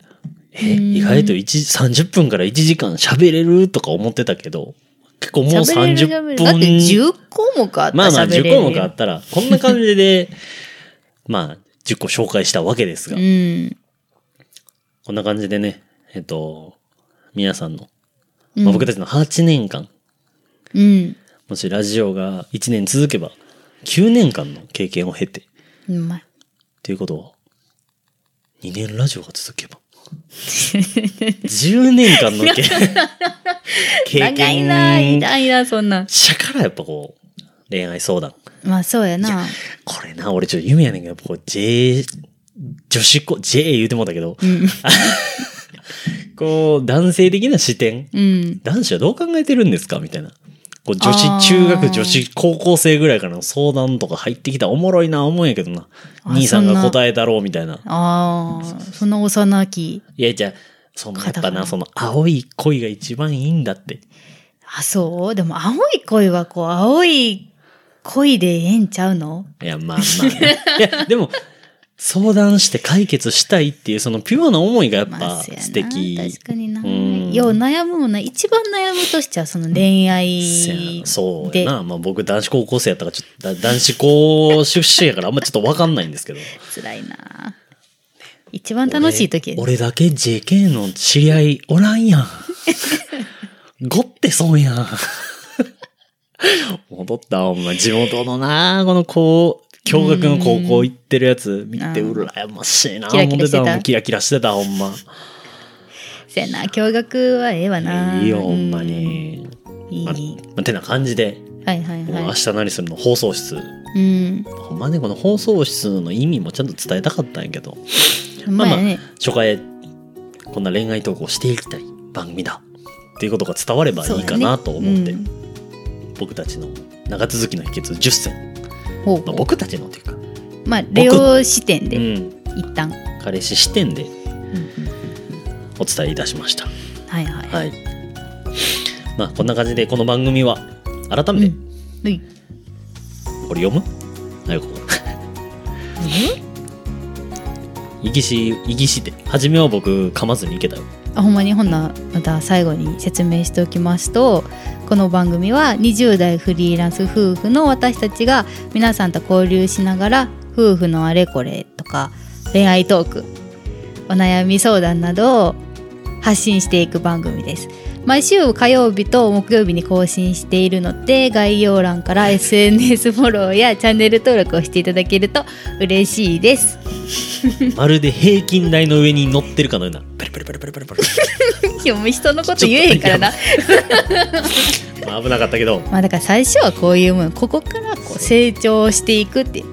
S2: え、意外と一30分から1時間喋れるとか思ってたけど、結構もう
S3: 喋れる喋
S2: 30
S3: れるだって
S2: 分。
S3: 10項目あった
S2: まあまあ
S3: 喋れる
S2: 10項目あったら、こんな感じで、 まあ10個紹介したわけですが
S3: う、ん。
S2: こんな感じでね、えっと、皆さんの
S3: うん
S2: まあ、僕たちの8年間、
S3: うん。
S2: もしラジオが1年続けば、9年間の経験を経て、
S3: うまい。
S2: ということは、2年ラジオが続けば、10年間のけ経
S3: 長いな、い
S2: 験
S3: らんいらん、そんな。
S2: 者からやっぱこう、恋愛相談。
S3: まあ、そうやな。
S2: これな、俺ちょっと夢やねんけど、やっぱこう J、女子校、J 言うてもうたけど、 こう、男性的な視点
S3: うん。
S2: 男子はどう考えてるんですかみたいな。こう女
S3: あー
S2: 子、中学、女子、高校生ぐらいからの相談とか入ってきたらおもろいな、思うんやけどな。
S3: あ
S2: 兄さん
S3: そん
S2: が
S3: な
S2: 答えだろう、みたいな。
S3: ああ、そんな幼き。
S2: いや、じゃあ、そのやっぱ
S3: 方が
S2: な、その青い恋が一番いいんだって。
S3: あ、そうでも、青い恋はこう、青い恋でええんちゃうの
S2: いや、まあまあね、いや、でも、相談して解決したいっていうそのピュアな思いがやっぱ
S3: そうやな
S2: 素敵。
S3: 確かにな。
S2: うん
S3: よう悩むもんな。一番悩むとしてはその恋愛
S2: せやなそう
S3: で
S2: やな。まあ僕男子高校生やったからちょっとだ男子校出身やからあんまちょっとわかんないんですけど。
S3: 辛いな。一番楽しい時やね
S2: 俺俺だけ JK の知り合いおらん やん。ごって損やん。戻った、お前。地元のな、この高、共学の高校行ってるやつ見て
S3: うん
S2: 羨ましいな、
S3: キラキラしてた
S2: 思ってた。キラキラしてた、ほんま。
S3: せやな。驚愕はええわな。
S2: いいよ、ほんまに。
S3: うん。いい
S2: ま
S3: いい。
S2: まてな感じで、
S3: はいはい
S2: もう明
S3: は
S2: 日何するの放送室。
S3: い。うん。
S2: ほんまね、この放送室の意味もちゃんと伝えたかったんやけど、
S3: ほんまやね。
S2: 初回、こんな恋愛投稿していきたい番組だ。っていうことが伝わればいいかなと思って、
S3: そうだね
S2: 僕たちの長続きの秘訣10選。
S3: うんほう
S2: まあ、
S3: ほ
S2: 僕たちのっていうか、
S3: うまあ、レオ視点
S2: う
S3: で、
S2: ん、
S3: 一旦。
S2: 彼氏視点で
S3: うんうん
S2: お伝えいたしました。
S3: はいはい。は
S2: はい。まあ、こんな感じで、この番組は、改めて、
S3: い。
S2: これ読むあよここ。いぎし、いぎしで。初めは僕、噛まずにいけたよ。
S3: あほんまにほんなまた最後に説明しておきますとこの番組は20代フリーランス夫婦の私たちが皆さんと交流しながら夫婦のあれこれとか恋愛トークお悩み相談などを発信していく番組です毎週火曜日と木曜日に更新しているので概要欄から SNS フォローやチャンネル登録をしていただけると嬉しい です
S2: まるで平均台の上に乗ってるかのような、ペルペルペルペルペルペル。
S3: 今日も人のこと言えへんからな
S2: まあ、危なかったけど、
S3: まあだから最初はこういうもんここからこう成長していくって、う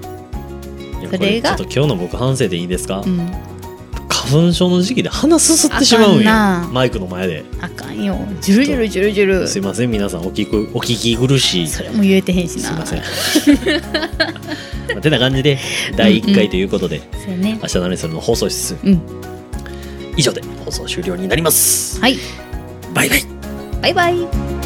S2: いや
S3: それが
S2: こちょっと今日の僕反省でいいですか、
S3: ん、
S2: 花粉症の時期で鼻すすってしまうん
S3: あかん
S2: や
S3: な
S2: マイクの前で
S3: あかんよジュルジュルジュルジュル
S2: すいません皆さんお聞くお聞き苦しい
S3: それも言えてへんし
S2: すい
S3: な
S2: ません まあてな感じで第1回ということで、
S3: そうやね
S2: 明日の何するの放送室
S3: うん
S2: 以上で放送終了になります
S3: はい
S2: バイバイ
S3: バイバイ